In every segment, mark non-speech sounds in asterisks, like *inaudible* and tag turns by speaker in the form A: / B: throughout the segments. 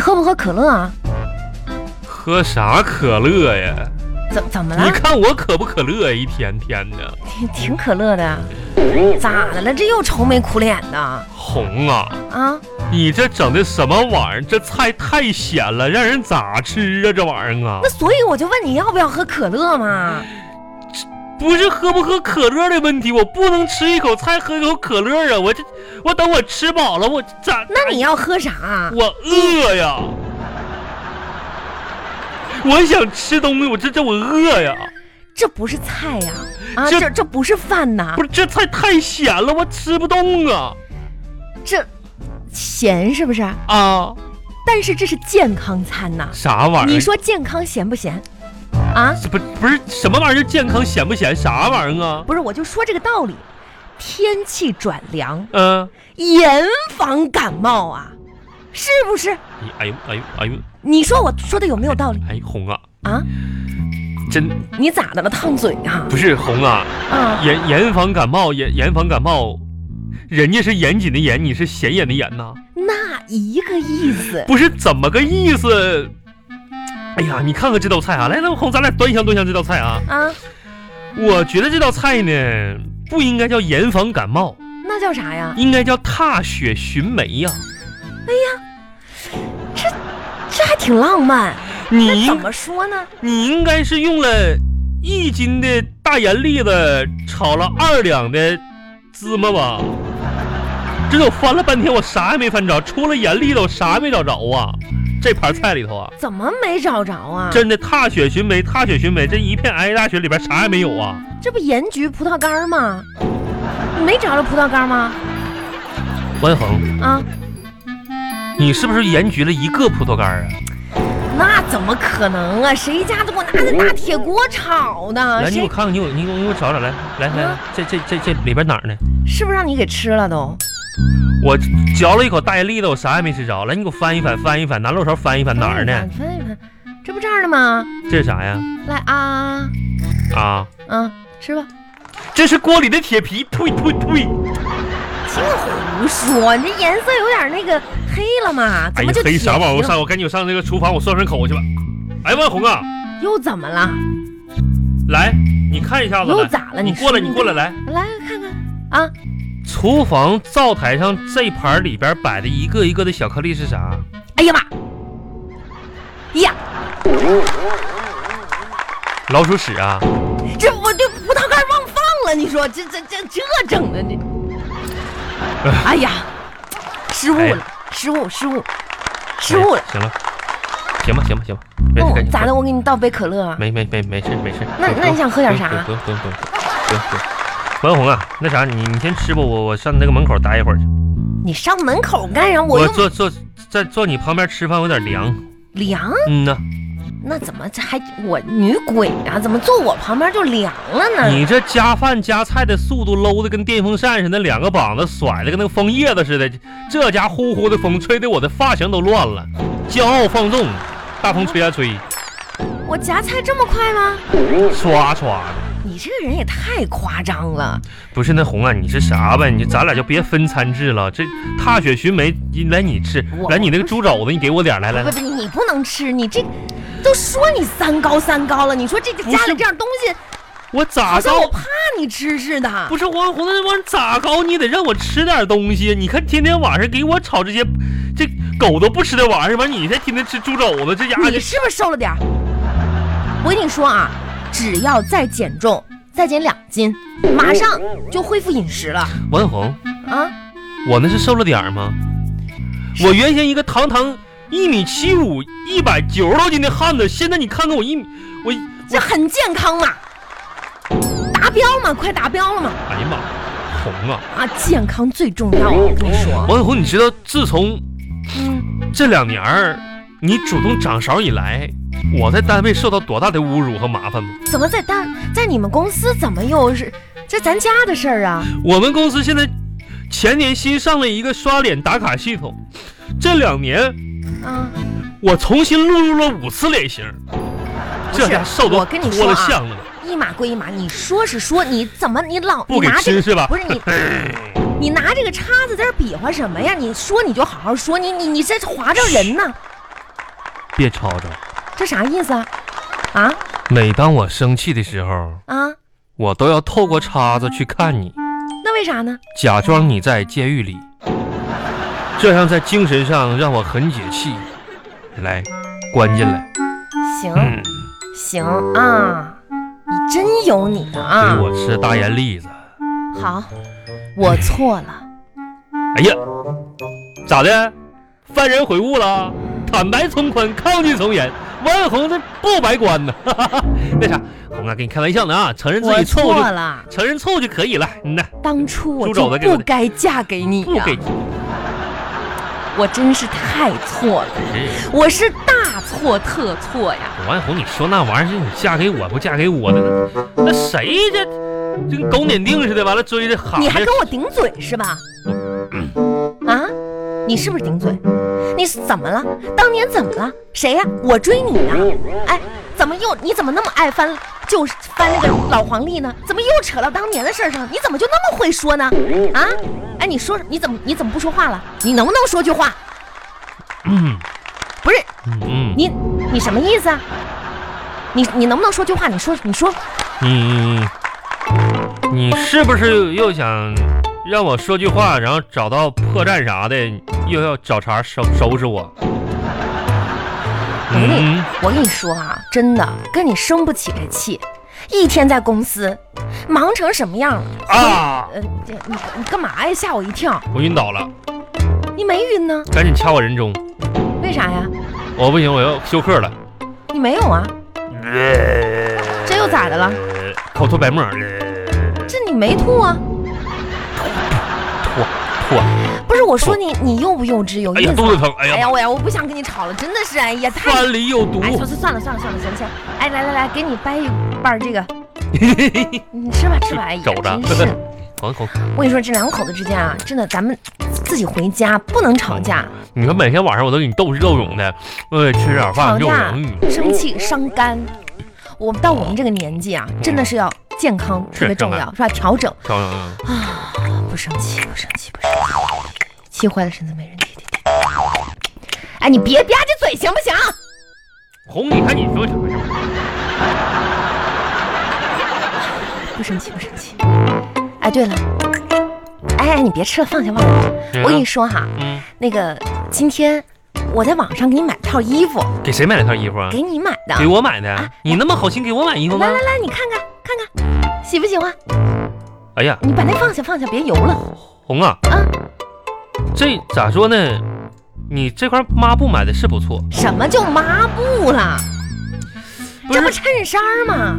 A: 喝不喝可乐啊？
B: 喝啥可乐呀？
A: 怎怎么
B: 你
A: 了？
B: 看我可不可乐呀？一天天的
A: 挺挺可乐的，咋的了？这又愁眉苦脸的
B: 红啊！
A: 啊？
B: 你这整的什么玩意儿？这菜太咸了，让人咋吃啊？这玩意儿啊
A: 那，所以我就问你要不要喝可乐嘛？
B: 不是喝不喝可乐的问题，我不能吃一口菜喝一口可乐啊！我这我等我吃饱了，我咋？
A: 那你要喝啥？
B: 我饿呀！我想吃东西，我这这我饿呀！
A: 这不是菜呀、啊，
B: 这
A: 这这不是饭呐、
B: 不是这菜太咸了，我吃不动啊
A: 这咸是不是？
B: 啊！
A: 但是这是健康餐呐、
B: 啥玩意儿？
A: 你说健康咸不咸？啊，
B: 这不不是什么玩意儿？健康咸不咸？啥玩意儿啊？
A: 不是，我就说这个道理。天气转凉，
B: 嗯、
A: 严防感冒啊，是不是？
B: 你哎呦哎呦哎呦
A: 你说我说的有没有道理
B: 哎红啊，
A: 啊？
B: 真
A: 你咋的了？烫嘴啊？
B: 不是红啊，
A: 啊，
B: 严严防感冒，严严防感冒，人家是严谨的严，你是显眼的眼呐，
A: 那一个意思。
B: 不是怎么个意思？哎呀，你看看这道菜啊，来来红，咱俩端详端详这道菜啊。
A: 啊，
B: 我觉得这道菜呢，不应该叫严防感冒，
A: 那叫啥呀？
B: 应该叫踏雪寻梅呀、
A: 这还挺浪漫。那
B: 你
A: 怎
B: 应
A: 么说呢？
B: 你应该是用了一斤的大盐栗子炒了二两的芝麻吧？这我翻了半天，我啥也没翻着，除了盐栗子，我啥也没找着啊！这盘菜里头啊，
A: 怎么没找着啊？
B: 真的踏雪寻梅，踏雪寻梅，这一片皑皑大雪里边啥也没有啊！
A: 这不盐焗葡萄干儿吗？没找着葡萄干儿吗？
B: 王小恒，
A: 啊，
B: 你是不是盐焗了一个葡萄干儿啊？
A: 那怎么可能啊？谁家都给我拿那大铁锅炒
B: 来，
A: 呢？
B: 你给我
A: 谁
B: 看看，你给我你给我你给我找找来，来来来
A: 啊，
B: 这这这这里边哪儿呢？
A: 是不是让你给吃了都？
B: 我嚼了一口大盐栗子，我啥也没吃着。来，你给我翻一翻，翻一翻，拿漏勺翻一翻，哪儿呢？
A: 啊翻哎一翻，这不这儿呢吗？
B: 这是啥呀？
A: 来啊，
B: 啊，
A: 嗯，吃吧。
B: 这是锅里的铁皮，退退退！
A: 净胡说，你这颜色有点那个黑了嘛？
B: 哎
A: 怎
B: 呀
A: 么就，
B: 黑
A: 铁
B: 啥玩意儿？我
A: 皮了啊
B: 上，我赶紧我上那个厨房，我涮涮口去吧。哎，万红啊，
A: 又怎么了？
B: 来，你看一下子，
A: 又
B: 来，
A: 咋了？
B: 你过来，你过来，，来，
A: 来看看啊，
B: 厨房灶台上这盘里边摆的一个一个的小颗粒是啥？
A: 哎呀妈！哎呀，
B: 老鼠屎啊！
A: 这我这葡萄干忘放了，你说这这这这整的
B: *laughs*
A: 你，哎呀，失误
B: 哎
A: 了，失误失误失误了。
B: 哎。行了，行吧，行吧，行吧，没
A: 那
B: 事，
A: 我
B: 赶紧
A: 咋的？我给你倒杯可乐啊？
B: 没没没没事没事。
A: 那那你想喝点啥啊
B: 不用不用不用不用不用。王红啊，那啥，你你先吃吧，我我上那个门口待一会儿去。
A: 你上门口干啥？我
B: 我
A: 又
B: 坐坐在坐你旁边吃饭有点凉。
A: 凉，
B: 嗯呐，
A: 那怎么这还我女鬼啊？怎么坐我旁边就凉了呢？
B: 你这夹饭夹菜的速度搂的跟电风扇似的，两个膀子甩的跟那个风叶子似的，这家呼呼的风吹得我的发型都乱了。骄傲放纵，大风吹呀、啊吹，
A: 我夹菜这么快吗？
B: 刷刷的。
A: 你这个人也太夸张了。
B: 不是那红啊，你是啥呗？你咱俩就别分餐制了。这踏雪寻梅，你来你吃
A: 我，
B: 来你那个猪肘子，你给我点儿来来
A: 不。不，你不能吃，你这都说你三高三高了，你说这个
B: 不
A: 家
B: 是
A: 里这样东西，
B: 我咋
A: 好像
B: 高
A: 我？怕你吃似的。
B: 不是黄红，那玩意儿咋高？你得让我吃点东西。你看天天晚上给我炒这些，这狗都不吃的玩意儿，完你这天天吃猪肘子，这家伙
A: 你是不是瘦了点儿？我跟你说啊，只要再减重，再减两斤，马上就恢复饮食了
B: 王红，
A: 啊！
B: 我那是瘦了点儿吗？我原先一个堂堂一米七五、一百九十多斤的汉子，现在你看看我一米，我
A: 这很健康嘛，达标嘛，快达标了嘛！
B: 哎呀妈，红啊！
A: 啊，健康最重要啊！我跟你说，
B: 王红，你知道自从
A: 嗯，
B: 这两年儿你主动掌勺以来，我在单位受到多大的侮辱和麻烦吗？
A: 怎么在单在你们公司怎么又是这咱家的事儿啊？
B: 我们公司现在前年新上了一个刷脸打卡系统，这两年
A: 啊，
B: 我重新录入了五次脸型，
A: 不是
B: 这家瘦
A: 我
B: 的
A: 跟你
B: 脱
A: 说
B: 了
A: 啊，
B: 相了都，
A: 一码归一码，你说是说，你怎么你老
B: 不
A: 你
B: 给
A: 拿这
B: 吃
A: 个
B: 是吧
A: 不？是
B: *laughs*
A: 你，你拿这个叉子在这儿比划什么呀？你说你就好好说，你你你这划着人呢。
B: 别吵吵。
A: 这啥意思啊？啊
B: 每当我生气的时候，
A: 啊，
B: 我都要透过叉子去看你，
A: 那为啥呢？
B: 假装你在监狱里，这样在精神上让我很解气。来，关进来。
A: 行、
B: 嗯，
A: 行啊，你真有你的啊
B: 给！我吃大盐栗子。
A: 好，我错
B: *laughs*
A: 了，
B: 哎呀，咋的？犯人悔悟了，坦白从宽，抗拒从严，王红这不白关呢。 *laughs* 哈哈哈那啥，红啊，跟你开玩笑呢啊，承认自
A: 我
B: 己错误就
A: 错了，
B: 承认错误就可以了。嗯呐，
A: 当初我
B: 猪
A: 就
B: 肘子给我
A: 不该嫁给你
B: 不
A: 哎呀、
B: 给
A: 我真是太错了，
B: 人。
A: 我是大错特错呀！
B: 王红，你说那玩意儿，你嫁给我不嫁给我的，那谁这就跟狗撵腚似的，完了追着喊着。
A: 你还跟我顶嘴是吧？啊，你是不是顶嘴？你是怎么了？当年怎么了？谁呀、我追你呀、哎，怎么又你怎么那么爱翻，就是翻那个老黄历呢？怎么又扯到当年的事儿上？你怎么就那么会说呢？啊，哎，你说你怎么你怎么不说话了？你能不能说句话？
B: 嗯
A: 不是
B: 嗯嗯
A: 你你什么意思啊？你你能不能说句话？你说你说
B: 嗯嗯，你是不是又想让我说句话，然后找到破绽啥的，又要找茬收收拾我？
A: 我跟你
B: 嗯，
A: 哎我跟你说啊，真的跟你生不起这气，一天在公司忙成什么样了？
B: 啊，
A: 呃，这你你干嘛呀？吓我一跳！
B: 我晕倒了，
A: 你没晕呢？
B: 赶紧掐我人中，
A: 为啥呀？
B: 我不行，我要休克了。
A: 你没有啊？这又咋的了？
B: 口吐白沫，哎
A: 这你没吐啊？
B: 吐吐，
A: 不是我说你，你幼不幼稚？有
B: 哦哎
A: 意
B: 呀，
A: 思
B: 肚子
A: 吗？
B: 疼，哎
A: 哎
B: 呀
A: 呀，，我呀，我不想跟你吵了，真的是，哎呀，太……
B: 饭里有毒。
A: 哎，算算算了算了算了，行行，哎，来来来，给你掰一半儿这
B: *laughs*
A: 个，你吃吧吃吧，哎呀，
B: 走着
A: 真是。
B: 口口，
A: 我跟你说，这两口子之间啊，真的，咱们自己回家不能吵架，
B: 你说每天晚上我都给你斗智斗勇的，我得吃点饭
A: 吵
B: 肉
A: 架
B: 嗯，
A: 生气伤肝。我们到我们这个年纪啊，真的是要健康特别重要，是吧？调整
B: 行行行
A: 不生气，不生气，不生气，气坏了身子没人替。替替哎，你别吧唧嘴行不行？
B: 红，你看你说啥呀？
A: 不生气，不生气。哎，对了，哎哎，你别吃了，放下放下。我跟你说哈，
B: 嗯，
A: 那个今天我在网上给你买套衣服，
B: 给谁买了套衣服啊？
A: 给你买的。
B: 给我买的？你那么好心给我买衣服吗
A: 来？来来，你看看看看，喜不喜欢？
B: 哎呀，
A: 你把那放下放下，别油了。
B: 红啊，
A: 啊
B: 这咋说呢？你这块抹布买的是不错，
A: 什么叫抹布了？
B: 不
A: 这不
B: 是
A: 衬衫吗？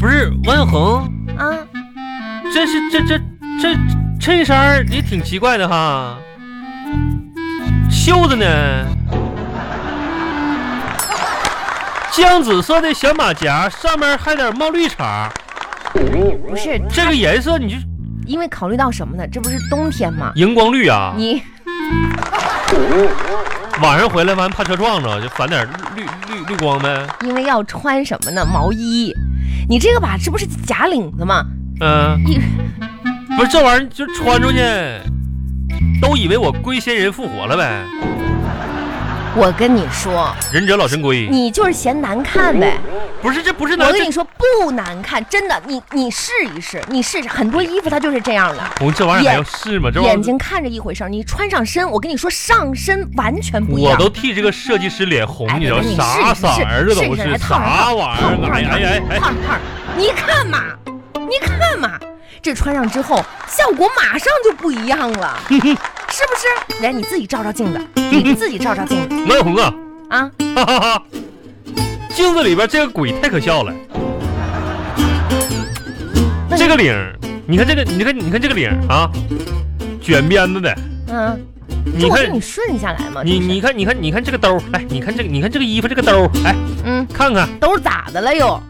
B: 不是，王小红，
A: 啊，
B: 这是这这这衬衫儿也挺奇怪的哈，袖子呢？酱紫色的小马甲，上面还点冒绿茶，
A: 不是，
B: 这个颜色你就
A: 因为考虑到什么呢？这不是冬天吗？
B: 荧光绿啊！
A: 你
B: 晚上回来完怕车撞着，就反点绿绿绿光呗。
A: 因为要穿什么呢？毛衣。你这个吧，这不是假领子吗？
B: 嗯、
A: 一
B: 不是这玩意儿就穿出去，都以为我龟仙人复活了呗，
A: 我跟你说，
B: 忍者老神龟。
A: 你就是嫌难看呗。
B: 不是这不是
A: 我
B: 男
A: 跟
B: 这
A: 你说不难看，真的，你你试一试，你试试，很多衣服它就是这样的。
B: 红这玩意儿
A: 眼
B: 还要试吗？这玩意
A: 眼
B: 儿
A: 睛看着一回事儿，你穿上身，我跟你说，上身完全不一
B: 我
A: 样。
B: 都替这个设计师脸红，
A: 哎
B: 你知道
A: 你试
B: 啥
A: 试
B: 色儿
A: 试
B: 这都
A: 试哎试来
B: 是
A: 烫
B: 啥玩意
A: 烫
B: 儿？哎哎哎哎，
A: 胖胖，你看嘛，你看嘛，这穿上之后效果马上就不一样了，是不是？来，你自己照照镜子，你自己照照镜子
B: 王小红啊，
A: 啊！
B: 哈哈哈！镜子里边这个鬼太可笑了，
A: 那你
B: 这个领儿，你看这个，你看你看这个领儿啊，卷辫子的，
A: 嗯，
B: 你
A: 这我
B: 看
A: 给你顺下来嘛，
B: 你
A: 这是
B: 你看你看你看这个兜儿，哎，你看这个你看这个衣服这个兜儿，哎，
A: 嗯，
B: 看看
A: 都是咋的了又？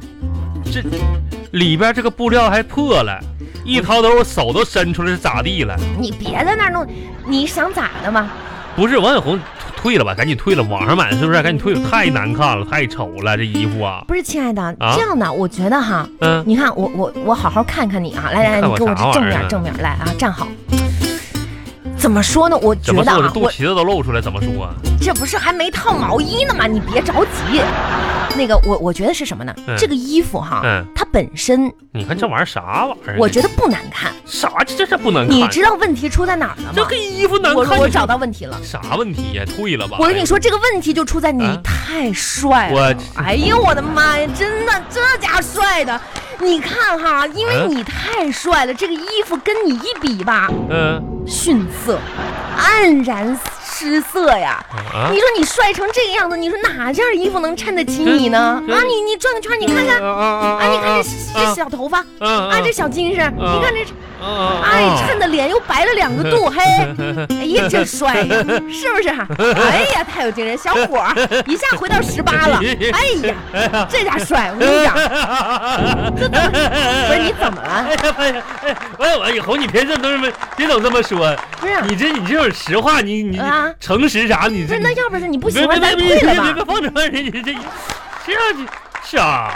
B: 这里边这个布料还破了，一掏兜我手都伸出来是咋地了？
A: 你别在那儿弄，你想咋的嘛？
B: 不是王小红退了吧，赶紧退了，网上买的是不是？赶紧退了，太难看了，太丑了，这衣服啊，
A: 不是，亲爱的，这样的，我觉得哈，
B: 嗯，
A: 你看我我我好好看看你啊，来来，
B: 看
A: 你
B: 我
A: 给我
B: 啥
A: 这正
B: 玩意儿
A: 面
B: 啊
A: 正面来啊，站好。怎么说呢？我觉
B: 怎么
A: 得
B: 说？我这
A: 啊，
B: 肚
A: 我
B: 脐子都露出来，怎么说啊？
A: 这不是还没套毛衣呢吗？你别着急。那个，我我觉得是什么呢？
B: 嗯
A: 这个衣服哈，
B: 嗯
A: 它本身
B: 你看这玩意儿啥玩意儿？
A: 我觉得不难看。
B: 啥这这这不能看？
A: 你知道问题出在哪儿了
B: 这
A: 吗
B: 个？衣服难
A: 我
B: 看，
A: 我
B: 你
A: 找到问题了。
B: 啥问题呀？退了吧。
A: 我跟你说，这个问题就出在你
B: 啊
A: 太帅了。
B: 我
A: 哎呦我的妈呀，真的这家帅的，你看哈，因为
B: 嗯
A: 你太帅了，这个衣服跟你一比吧，
B: 嗯
A: 逊色，黯然失色呀。
B: 啊
A: 你说你帅成这个样子，你说哪件衣服能衬得起你呢？
B: 真
A: 啊，你你转个圈儿，你看看，
B: 啊啊
A: 啊，你看这这小头发，
B: 啊
A: 啊，这小精神，你看这，
B: 啊
A: 哎，衬的脸又白了两个度，
B: *laughs*
A: 嘿，哎呀，真帅呀，是不是？哎呀，太有精神，小伙儿一下回到十八
B: *laughs*
A: 了，哎呀，这家帅，我跟你讲，不是你怎么了？
B: 哎呀，哎，我以后你别这都这么，别总这么说。
A: 不是，
B: *laughs* 你这你这种实话，你你
A: 啊
B: 诚实啥？你
A: 不是，
B: 这
A: 那要不是你不
B: 别
A: 喜欢
B: 别
A: 咱
B: 别
A: 退
B: 别
A: 了
B: 别别
A: 吧？
B: 放这玩意儿，你这这这样你傻。